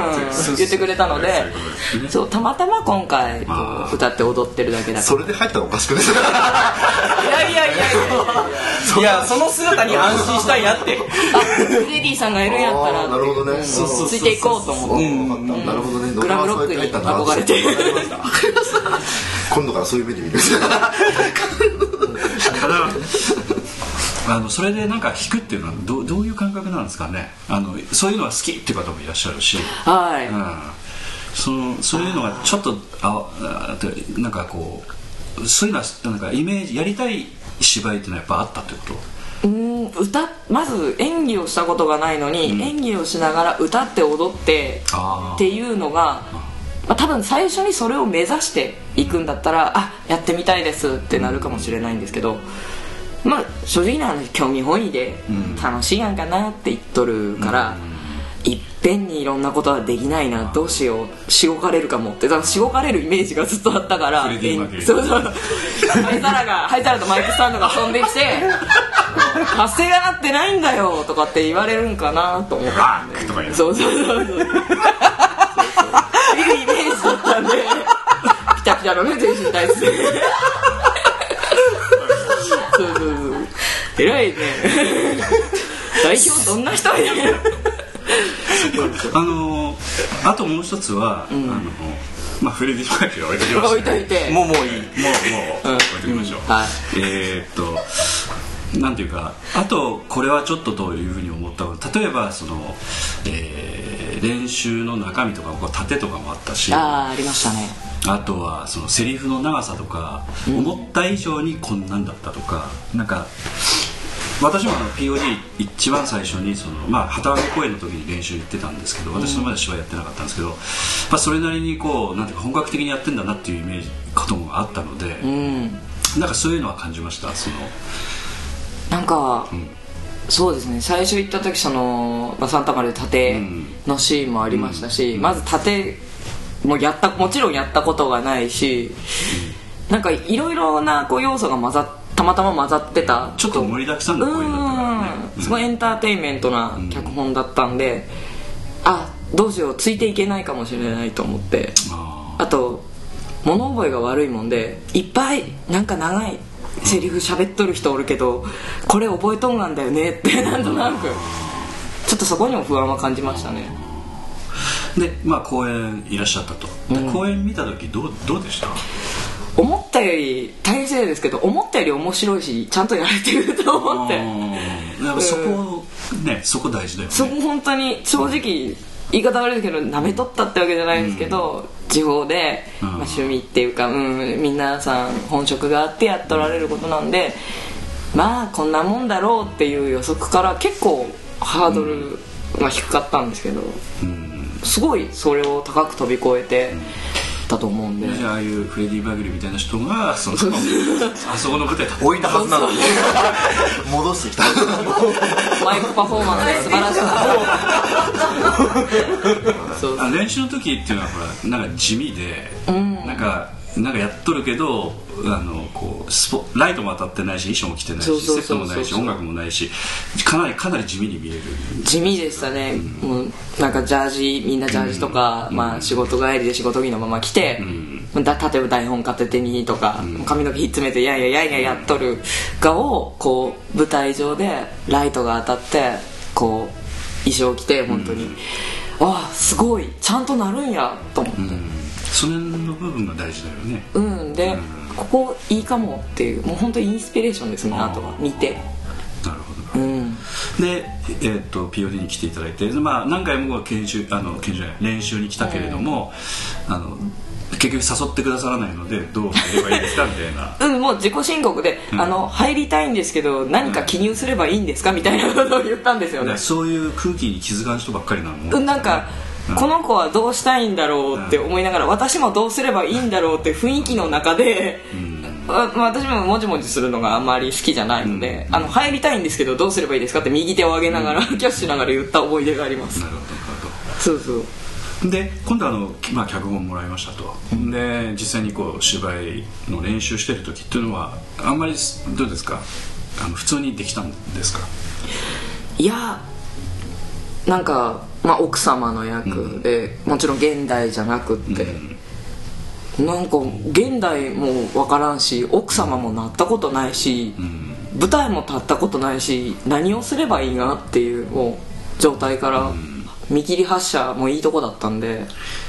[SPEAKER 3] うん言ってくれたので
[SPEAKER 2] そういうことですね
[SPEAKER 3] そうたまたま今回こ
[SPEAKER 2] あー
[SPEAKER 3] う歌って踊ってるだけだか
[SPEAKER 4] それで入ったらおかしくないですか
[SPEAKER 3] らいやいやいやいや
[SPEAKER 5] いやその姿に安心したいなって
[SPEAKER 3] あフレディさんがいるんやった
[SPEAKER 4] あ
[SPEAKER 3] ら
[SPEAKER 4] ーなるほどねそうそう
[SPEAKER 3] ついていこうと思って
[SPEAKER 4] なるほどね
[SPEAKER 3] グラムロックに憧れて
[SPEAKER 4] わかりま したわかりました今度からそういう目で見る
[SPEAKER 2] ただあのそれでなんか弾くっていうのはどどういう感覚なんですかねあのそういうのは好きっていう方もいらっしゃるし、
[SPEAKER 3] はい、
[SPEAKER 2] うん、そのそういうのがちょっとああでなんかこうそういうのはなんかイメージやりたい芝居っていうのはやっぱあったってこと
[SPEAKER 3] うーん歌まず演技をしたことがないのに、演技をしながら歌って踊って
[SPEAKER 2] あー
[SPEAKER 3] っていうのが、まあ、多分最初にそれを目指していくんだったらあやってみたいですってなるかもしれないんですけど、まあ、正直な話興味本位で楽しいやんかなって言っとるから。いっぺんにいろんなことはできないなどうしようしごかれるかもってだからしごかれるイメージがずっとあったから
[SPEAKER 2] フレディマーキュリー
[SPEAKER 3] そうそう灰皿が灰皿とマイクスタンドが飛んできて発声がなってないんだよとかって言われるんかなと思って
[SPEAKER 2] バックとか言う
[SPEAKER 3] そうそうそうそうそうそういうイメージだったんでピタピタのね全身体質でそうそうそう偉いね代表どんな人みたいな
[SPEAKER 2] あのあともう一つは、あのまあ、フレディ・マーキュリーは置いときまし
[SPEAKER 3] 置
[SPEAKER 2] ょ
[SPEAKER 3] いといて
[SPEAKER 5] もう
[SPEAKER 2] もうも
[SPEAKER 5] もういい
[SPEAKER 2] う置いときましょう、
[SPEAKER 3] はい
[SPEAKER 2] えーっとなんていうかあとこれはちょっとどういうふうに思ったの例えばその、えー練習の中身とかこう縦とかもあったし
[SPEAKER 3] ああありましたね
[SPEAKER 2] あとはそのセリフの長さとか、思った以上にこんなんだったとかなんか私もあの POD 一番最初にその、まあ、旗揚げ公演の時に練習行ってたんですけど私のまだ芝居やってなかったんですけど、まあ、それなりにこうなんていうか本格的にやってんだなっていうイメージこともあったので、
[SPEAKER 3] うん
[SPEAKER 2] なんかそういうのは感じましたその
[SPEAKER 3] なんか、そうですね最初行った時その、まあ、サンタマルで盾のシーンもありましたし、まず盾もやったもちろんやったことがないし、なんかいろいろなこう要素が混ざったまたま混ざってた
[SPEAKER 2] ちょっと盛りだくさんの公演だったからね
[SPEAKER 3] うーんすごいエンターテインメントな脚本だったんで、あどうしようついていけないかもしれないと思って
[SPEAKER 2] あ
[SPEAKER 3] あと物覚えが悪いもんでいっぱいなんか長いセリフ喋っとる人おるけどこれ覚えとんなんだよねってなんとなくちょっとそこにも不安は感じましたね
[SPEAKER 2] ーでまあ公演いらっしゃったと、で公演見た時どうどうでした
[SPEAKER 3] 思ったより大変ですけど思ったより面白いしちゃんとやれてると思って
[SPEAKER 2] うんやっぱそこ、ねそこ大事だよね
[SPEAKER 3] そこ本当に正直言い方悪いですけど舐めとったってわけじゃないんですけど、地方で、
[SPEAKER 2] うん
[SPEAKER 3] まあ、趣味っていうか、うん、みんなさん本職があってやっとられることなんでまあこんなもんだろうっていう予測から結構ハードルが低かったんですけど、すごいそれを高く飛び越えてたと思うんで、
[SPEAKER 2] じゃあああいうフレディ・バーグリーみたいな人がそのあそこの舞台立
[SPEAKER 4] 置いたはずなのに戻してき た
[SPEAKER 3] マイクパフォーマンスが素晴らしかったそう
[SPEAKER 2] あ練習の時っていうのはほらなんか地味で、なんかなんかやっとるけどあのこうスポライトも当たってないし衣装も着てない
[SPEAKER 3] そう
[SPEAKER 2] し
[SPEAKER 3] そう
[SPEAKER 2] セ
[SPEAKER 3] そう
[SPEAKER 2] ットもないし
[SPEAKER 3] そうそ
[SPEAKER 2] 音
[SPEAKER 3] う
[SPEAKER 2] 楽もないしかなりかなり地味に見える
[SPEAKER 3] 地味でしたね、もうなんかジャージみんなジャージとか、まあ、仕事帰りで仕事着のまま来て、だ例えば台本片手にとか、髪の毛ひっつめてやいやいやいややっとるがをこう舞台上でライトが当たってこう衣装着て本当に、ああすごいちゃんとなるんやと思って、
[SPEAKER 2] その辺の部分が大事だよね
[SPEAKER 3] うん、で、ここいいかもっていうもう本当にインスピレーションですねあとは見て
[SPEAKER 2] なるほど、で、えーっと POD に来ていただいて、でまあ、何回も研修あの研修じゃない練習に来たけれども、あの結局誘ってくださらないのでどうすればいいですかみたいな
[SPEAKER 3] うん、もう自己申告で、あの入りたいんですけど何か記入すればいいんですかみたいなことを言ったんです
[SPEAKER 2] だ
[SPEAKER 3] よ
[SPEAKER 2] か
[SPEAKER 3] ね
[SPEAKER 2] ら、そういう空気に気づかん人ばっかりなのもん
[SPEAKER 3] うん、なんか、この子はどうしたいんだろうって思いながら、私もどうすればいいんだろうって雰囲気の中で、わ私ももじもじするのがあんまり好きじゃないので、あの入りたいんですけどどうすればいいですかって右手を上げながら、 キャッシュしながら言った思い出があります
[SPEAKER 2] なるほどなるほど
[SPEAKER 3] そうそう
[SPEAKER 2] で今度あの、まあ、脚本もらいましたと、で実際にこう芝居の練習してる時っていうのはあんまりすどうですかあの普通にできたんですか
[SPEAKER 3] いやなんか、まあ、奥様の役で、もちろん現代じゃなくって、なんか現代も分からんし奥様もなったことないし、舞台も立ったことないし何をすればいいなっていうもう状態から、見切り発車もいいとこだったんで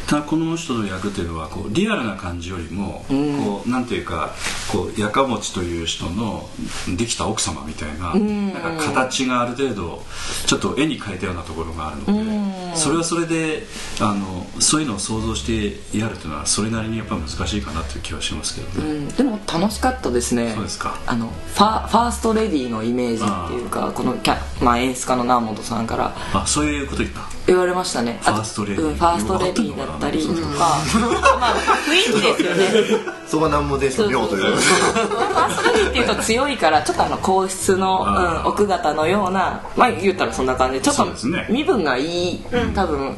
[SPEAKER 2] ただこの人の役っていうのはこうリアルな感じよりも、こうなんていうかこうやかもちという人のできた奥様みたいな,、なんか形がある程度ちょっと絵に描いたようなところがあるので、それはそれであのそういうのを想像してやるというのはそれなりにやっぱ難しいかなという気はしますけどね、
[SPEAKER 3] うんでも楽しかったですね
[SPEAKER 2] そうですか
[SPEAKER 3] あのファファーストレディーのイメージっていうかこのキャ、まあ、演出家の南本さんから
[SPEAKER 2] あそういうこと言った
[SPEAKER 3] 言われましたねあと
[SPEAKER 2] ファーストレディー
[SPEAKER 3] うんファーストレディーだったりとか
[SPEAKER 2] よく
[SPEAKER 3] まあ雰囲気ですよね
[SPEAKER 4] そこは南も電子の妙という
[SPEAKER 3] ファーストレディーっていうと強いからちょっとあの皇室の、
[SPEAKER 2] あ
[SPEAKER 3] うん、奥方のようなまあ言ったらそんな感じでちょっ
[SPEAKER 2] そうで
[SPEAKER 3] と
[SPEAKER 2] すね
[SPEAKER 3] 身分がいい、多分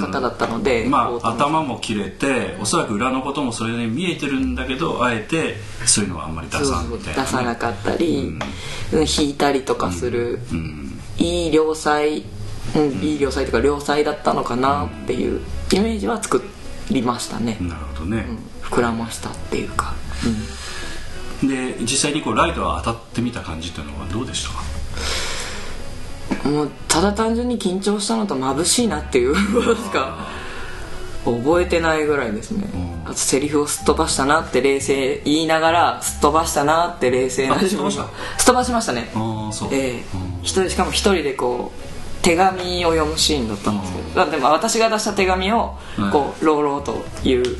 [SPEAKER 3] 方だったので、
[SPEAKER 2] ま
[SPEAKER 3] こう
[SPEAKER 2] あ、頭も切れておそらく裏のこともそれで見えてるんだけどあえてそういうのはあんまり出
[SPEAKER 3] そう
[SPEAKER 2] さん
[SPEAKER 3] そう
[SPEAKER 2] みたい
[SPEAKER 3] 出
[SPEAKER 2] なね
[SPEAKER 3] さなかったり、うん引いたりとかする、
[SPEAKER 2] うん
[SPEAKER 3] いい良妻、うん、いい良妻というか良妻だったのかなっていうイメージは作りましたね、
[SPEAKER 2] なるほどね、
[SPEAKER 3] 膨らましたっていうか、
[SPEAKER 2] で実際にこうライトが当たってみた感じっていうのはどうでしたか
[SPEAKER 3] もうただ単純に緊張したのと眩しいなっていう しか覚えてないぐらいですね、
[SPEAKER 2] うん
[SPEAKER 3] あとセリフをすっ飛ばしたなって冷静言いながらすっ飛ばしたなって冷静な
[SPEAKER 2] あすっ飛ばした
[SPEAKER 3] すっ飛ばしましたね
[SPEAKER 2] ああそう、
[SPEAKER 3] ええ
[SPEAKER 2] うん
[SPEAKER 3] 一人しかも一人でこう手紙を読むシーンだったんですけど、でも私が出した手紙を
[SPEAKER 2] はい
[SPEAKER 3] こう朗々と言う
[SPEAKER 2] はい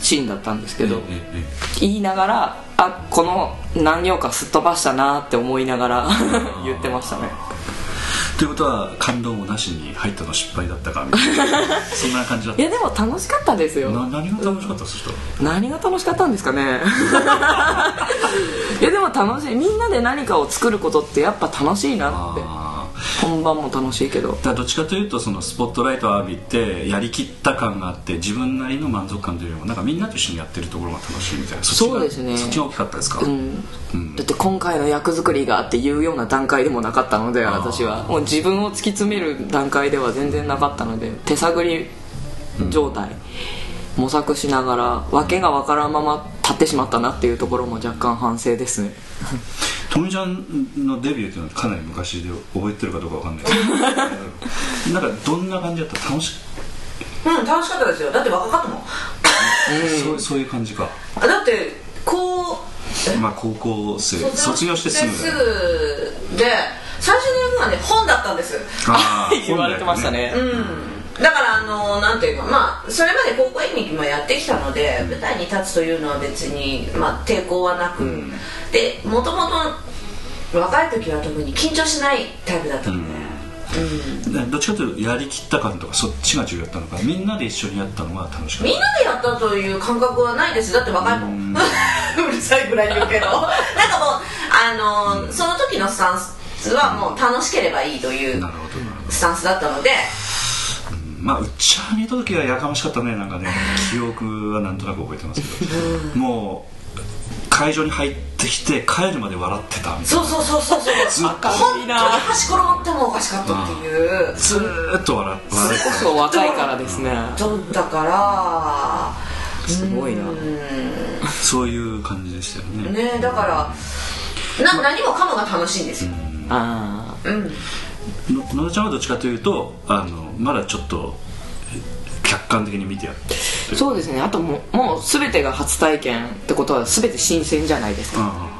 [SPEAKER 3] シーンだったんですけど、
[SPEAKER 2] えええ
[SPEAKER 3] 言いながらあこの何行かすっ飛ばしたなって思いながら 言ってましたね
[SPEAKER 2] えということは感動もなしに入ったの失敗だったかみたい なそんな感じだっ
[SPEAKER 3] い
[SPEAKER 2] た
[SPEAKER 3] やでも楽しかったですよ
[SPEAKER 2] な何が楽しかったそしたら
[SPEAKER 3] 何が楽しかったんですかね いやでも楽しいみんなで何かを作ることってやっぱ楽しいなって
[SPEAKER 2] ああ
[SPEAKER 3] 本番も楽しいけど
[SPEAKER 2] だからどっちかというとそのスポットライトを浴びてやりきった感があって自分なりの満足感というよりもなんかみんなと一緒にやってるところが楽しいみたいなっちが
[SPEAKER 3] そうですね
[SPEAKER 2] そっちが大きかったですか、
[SPEAKER 3] うんだって今回の役作りがっていうような段階でもなかったので
[SPEAKER 2] あー
[SPEAKER 3] 私はもう自分を突き詰める段階では全然なかったので手探り状態、模索しながら訳が分からんまま立ってしまったなっていうところも若干反省ですね
[SPEAKER 2] トミちゃんのデビューっていうのはかなり昔で覚えてるかどうかわかんないですけ どなんかどんな感じだった楽し
[SPEAKER 6] うん楽しかったですよだって若かったもん
[SPEAKER 2] そうそういう感じか
[SPEAKER 6] あだってこう
[SPEAKER 2] まあ高校生
[SPEAKER 6] 卒
[SPEAKER 2] 卒業してすぐ
[SPEAKER 6] すぐで最初の役がね本だったんです
[SPEAKER 2] あー
[SPEAKER 3] 言われてましたね
[SPEAKER 6] うんだからあのなんていうかまあそれまで高校演劇もやってきたので、舞台に立つというのは別に、まあ、抵抗はなく、でもともと若い時は特に緊張しないタイプだったので、
[SPEAKER 2] 本来ねどっちかというとやりきった感とかそっちが重要だったのかみんなで一緒にやったのが楽しかっ
[SPEAKER 6] みんなでやったという感覚はないですだって若いもん うるさいぐらい言うけ どなんかもうあのその時のスタンスはもう楽しければいいとい
[SPEAKER 2] た
[SPEAKER 6] う
[SPEAKER 2] なるほどなるほど
[SPEAKER 6] スタンスだったので
[SPEAKER 2] まあ打ち上げた時はやかましかったねなんかね記憶はなんとなく覚えてますけどもう会場に入ってきて帰るまで笑ってたみたい
[SPEAKER 6] そうそうそうそうそう
[SPEAKER 2] ずっと
[SPEAKER 6] 本当に端ころ持ってもおかしかったっていう
[SPEAKER 2] なずーっと笑って笑って
[SPEAKER 3] こそ若いからですね
[SPEAKER 6] そうだから
[SPEAKER 3] すごいな
[SPEAKER 2] そういう感じでしたよね
[SPEAKER 6] ねだからな何もかもが楽しいんですよ、
[SPEAKER 3] あー
[SPEAKER 2] の野田ちゃんはどっちかというとあのまだちょっと客観的に見てやって
[SPEAKER 3] そうですねあともうもう全てが初体験ってことは全て新鮮じゃないですか
[SPEAKER 2] あ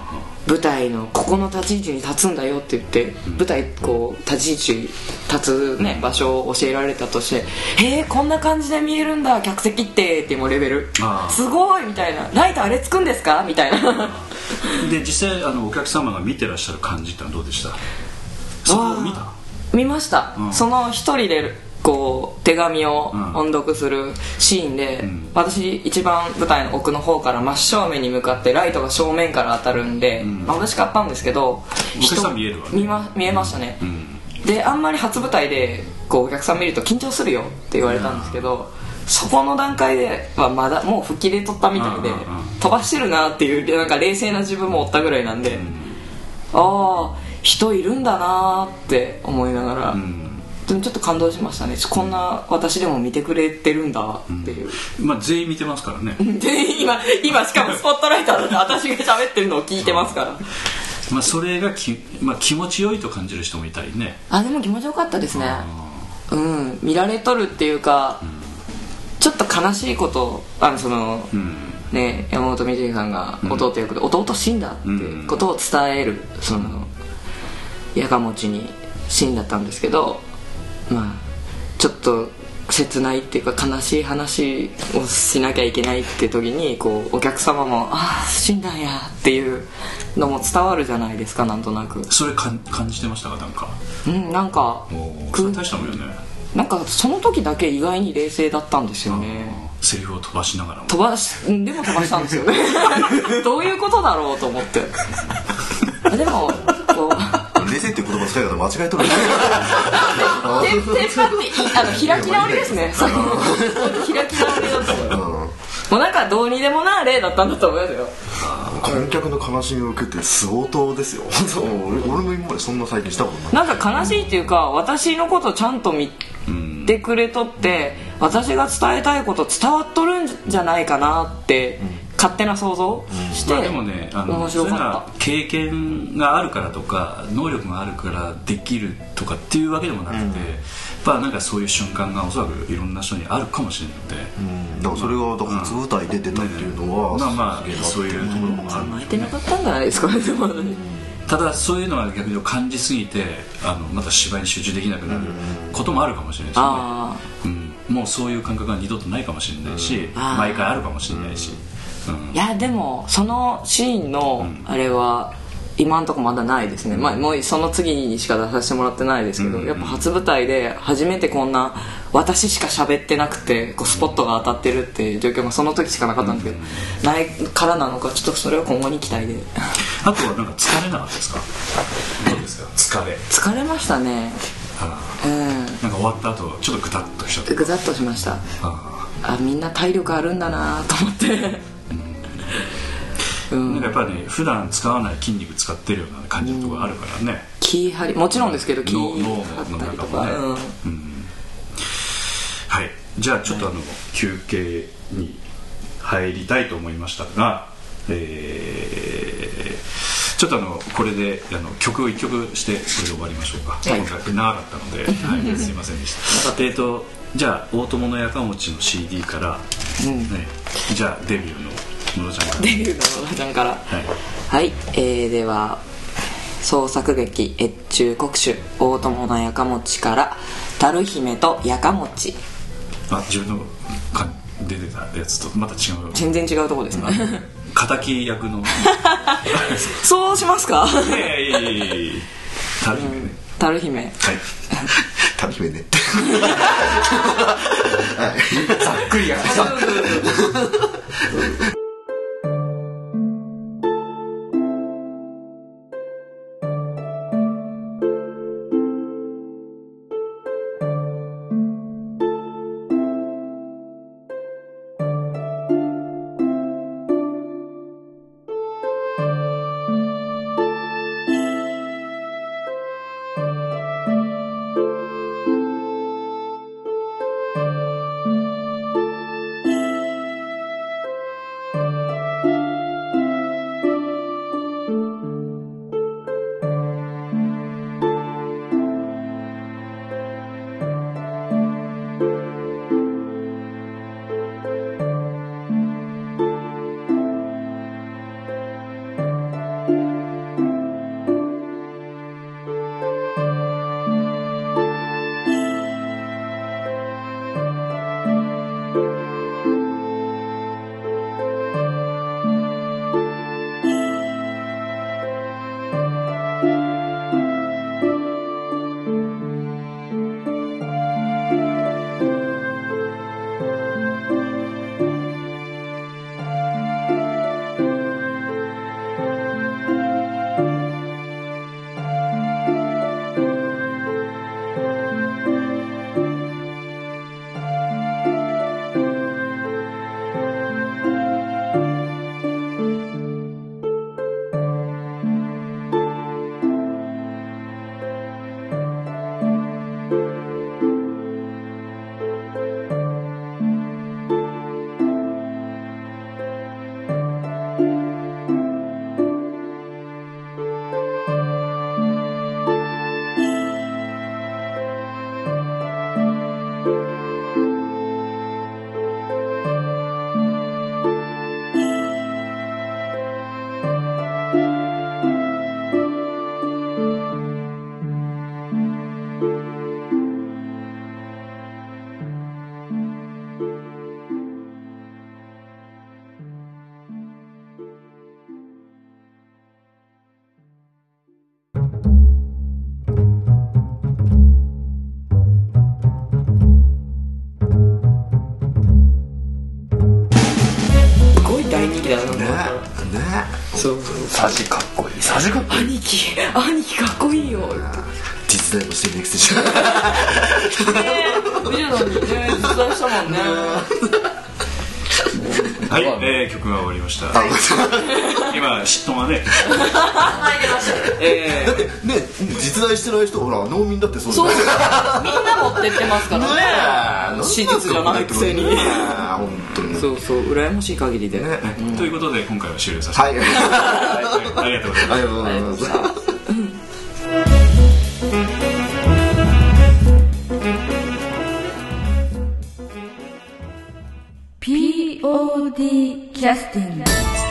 [SPEAKER 3] 舞台のここの立ち位置に立つんだよって言って、舞台こう立ち位置立つ、ね、場所を教えられたとして「へえこんな感じで見えるんだ客席って」ってもうレベル
[SPEAKER 2] あー
[SPEAKER 3] 「すごい!」みたいな「ライトあれつくんですか?」みたいな
[SPEAKER 2] あで実際あのお客様が見てらっしゃる感じってのはどうでしたそこを見た
[SPEAKER 3] 見ました、
[SPEAKER 2] ん
[SPEAKER 3] その一人でこう手紙を音読するシーンで、
[SPEAKER 2] ん
[SPEAKER 3] 私一番舞台の奥の方から真正面に向かってライトが正面から当たるんで、まあ眩しかったんですけど
[SPEAKER 2] お客さん
[SPEAKER 3] 人
[SPEAKER 2] 見えるわね
[SPEAKER 3] 見ま見えましたね、
[SPEAKER 2] ん
[SPEAKER 3] であんまり初舞台でこうお客さん見ると緊張するよって言われたんですけど、そこの段階ではまだもう吹きで取ったみたいで、
[SPEAKER 2] うんうんうん
[SPEAKER 3] 飛ばしてるなっていうなんか冷静な自分もおったぐらいなんで、ああ人いるんだなーって思いながら、
[SPEAKER 2] うん
[SPEAKER 3] でもちょっと感動しましたねこんな私でも見てくれてるんだっていう、
[SPEAKER 2] まあ全員見てますからね、
[SPEAKER 3] で今今しかもスポットライト当た って私が喋ってるのを聞いてますから
[SPEAKER 2] まあ、それがき、まあ、気持ちよいと感じる人もいたりね
[SPEAKER 3] あでも気持ちよかったですねうん見られとるっていうか、ちょっと悲しいことあのその、
[SPEAKER 2] うん
[SPEAKER 3] ね山本美樹さんが弟役で、弟死んだっていうことを伝える、そのやかもちに死んだったんですけどまあちょっと切ないっていうか悲しい話をしなきゃいけないって時にこうお客様も「ああ死んだんや」っていうのも伝わるじゃないですかなんとなく
[SPEAKER 2] それかん感じてましたかなんか
[SPEAKER 3] うんなんか
[SPEAKER 2] もう
[SPEAKER 3] く
[SPEAKER 2] それ大したもんよね
[SPEAKER 3] なんかその時だけ意外に冷静だったんですよね
[SPEAKER 2] セリフを飛ばしながらも
[SPEAKER 3] 飛ばしうんでも飛ばしたんですよ どういうことだろうと思ってでもこう
[SPEAKER 4] 冷静っていう言葉使い方間違えとる
[SPEAKER 3] テンテンパっていあの開き直りですねその開き直りだったもうなんかどうにでもな例だったんだと思いますよ
[SPEAKER 4] 観客の悲しみを受けて相当ですよそう俺俺も今までそんな最近したことない
[SPEAKER 3] なんか悲しいっていうか私のことちゃんと見てくれとって私が伝えたいこと伝わっとるんじゃないかなって勝手な想像して、
[SPEAKER 2] まあでもねあの
[SPEAKER 3] 面
[SPEAKER 2] そう
[SPEAKER 3] 白
[SPEAKER 2] いう
[SPEAKER 3] か
[SPEAKER 2] の
[SPEAKER 3] った
[SPEAKER 2] は経験があるからとか能力があるからできるとかっていうわけでもなくて、まあなんかそういう瞬間がおそらくいろんな人にあるかもしれないので、
[SPEAKER 4] うんだからそれがだから初舞台で出たっていうのは、
[SPEAKER 2] まあ ま
[SPEAKER 4] すげえ
[SPEAKER 2] あ
[SPEAKER 4] な
[SPEAKER 2] そういうところもあるの
[SPEAKER 3] 巻い
[SPEAKER 2] で
[SPEAKER 3] てなかったんじゃないですかねでもね
[SPEAKER 2] ただそういうのは逆に感じすぎてあのまた芝居に集中できなくなることもあるかもしれないですね、
[SPEAKER 3] あ
[SPEAKER 2] うん、もうそういう感覚が二度とないかもしれないし、
[SPEAKER 3] あー
[SPEAKER 2] 毎回あるかもしれないし、うん
[SPEAKER 3] あいやでもそのシーンのあれは今んとこまだないですね、まあ、もうその次にしか出させてもらってないですけど、やっぱ初舞台で初めてこんな私しか喋ってなくてこうスポットが当たってるっていう状況がその時しかなかったんですけど、ないからなのかちょっとそれは今後に期待で
[SPEAKER 2] あとはなんか疲れなかったですかどうですか疲れ
[SPEAKER 3] 疲れましたね
[SPEAKER 2] あ
[SPEAKER 3] う
[SPEAKER 2] ーなんか終わった後ちょっとグタッとしちゃって
[SPEAKER 3] んぐざっとしました
[SPEAKER 2] あ
[SPEAKER 3] あみんな体力あるんだなと思って
[SPEAKER 2] ーなんかやっぱりね普段使わない筋肉使ってるような感じのところあるからね、
[SPEAKER 3] 気張りもちろんですけど気
[SPEAKER 2] 脳脳
[SPEAKER 3] 張
[SPEAKER 2] の
[SPEAKER 3] ったり
[SPEAKER 2] 中
[SPEAKER 3] と
[SPEAKER 2] もね、
[SPEAKER 3] か、
[SPEAKER 2] う
[SPEAKER 3] うんん
[SPEAKER 2] はいじゃあちょっとあの、休憩に入りたいと思いましたがえーちょっとあのこれであの曲を1曲してそれで終わりましょうか、
[SPEAKER 3] い
[SPEAKER 2] 今回長かったので、 はい、すいませんでしたえーとじゃあ大友のやかもちの CD から、ね、じゃあデビューのムロちゃんから
[SPEAKER 3] デビューの野田ちゃんから
[SPEAKER 2] はい
[SPEAKER 3] はい、えーでは創作劇「越中国主大友のやかもち」から「樽姫とやかもち
[SPEAKER 2] あ自分のか出てたやつとまた違う」
[SPEAKER 3] 全然違うとこですね
[SPEAKER 2] 敵役 の
[SPEAKER 3] そうしますか
[SPEAKER 2] いやいやいやいや樽姫ね
[SPEAKER 3] 樽姫
[SPEAKER 2] はい
[SPEAKER 4] 旅姫ね
[SPEAKER 5] クリア
[SPEAKER 7] 「
[SPEAKER 3] そう
[SPEAKER 5] サジかっこいいサジかっこいい
[SPEAKER 3] 兄貴兄貴かっこいいよ
[SPEAKER 4] 実在もしてるくせに
[SPEAKER 3] 見るのにね実在したもんね
[SPEAKER 2] はい、えー曲が終わりました
[SPEAKER 4] あだ
[SPEAKER 2] 今嫉妬がね
[SPEAKER 6] 入ってました
[SPEAKER 3] え
[SPEAKER 4] ってね実在してない人ほら農民だってそう
[SPEAKER 3] そう
[SPEAKER 4] だ
[SPEAKER 3] み
[SPEAKER 4] よね
[SPEAKER 3] んな持ってってますか
[SPEAKER 4] え
[SPEAKER 3] らね真実じゃないくせに
[SPEAKER 4] ねえ本当に
[SPEAKER 3] そうそう羨ましい限りで
[SPEAKER 4] ね
[SPEAKER 2] ということで今回は終了させて、
[SPEAKER 4] はい
[SPEAKER 2] はい、ありがとうございます
[SPEAKER 4] ありがとうございます
[SPEAKER 1] ー POD キャスティング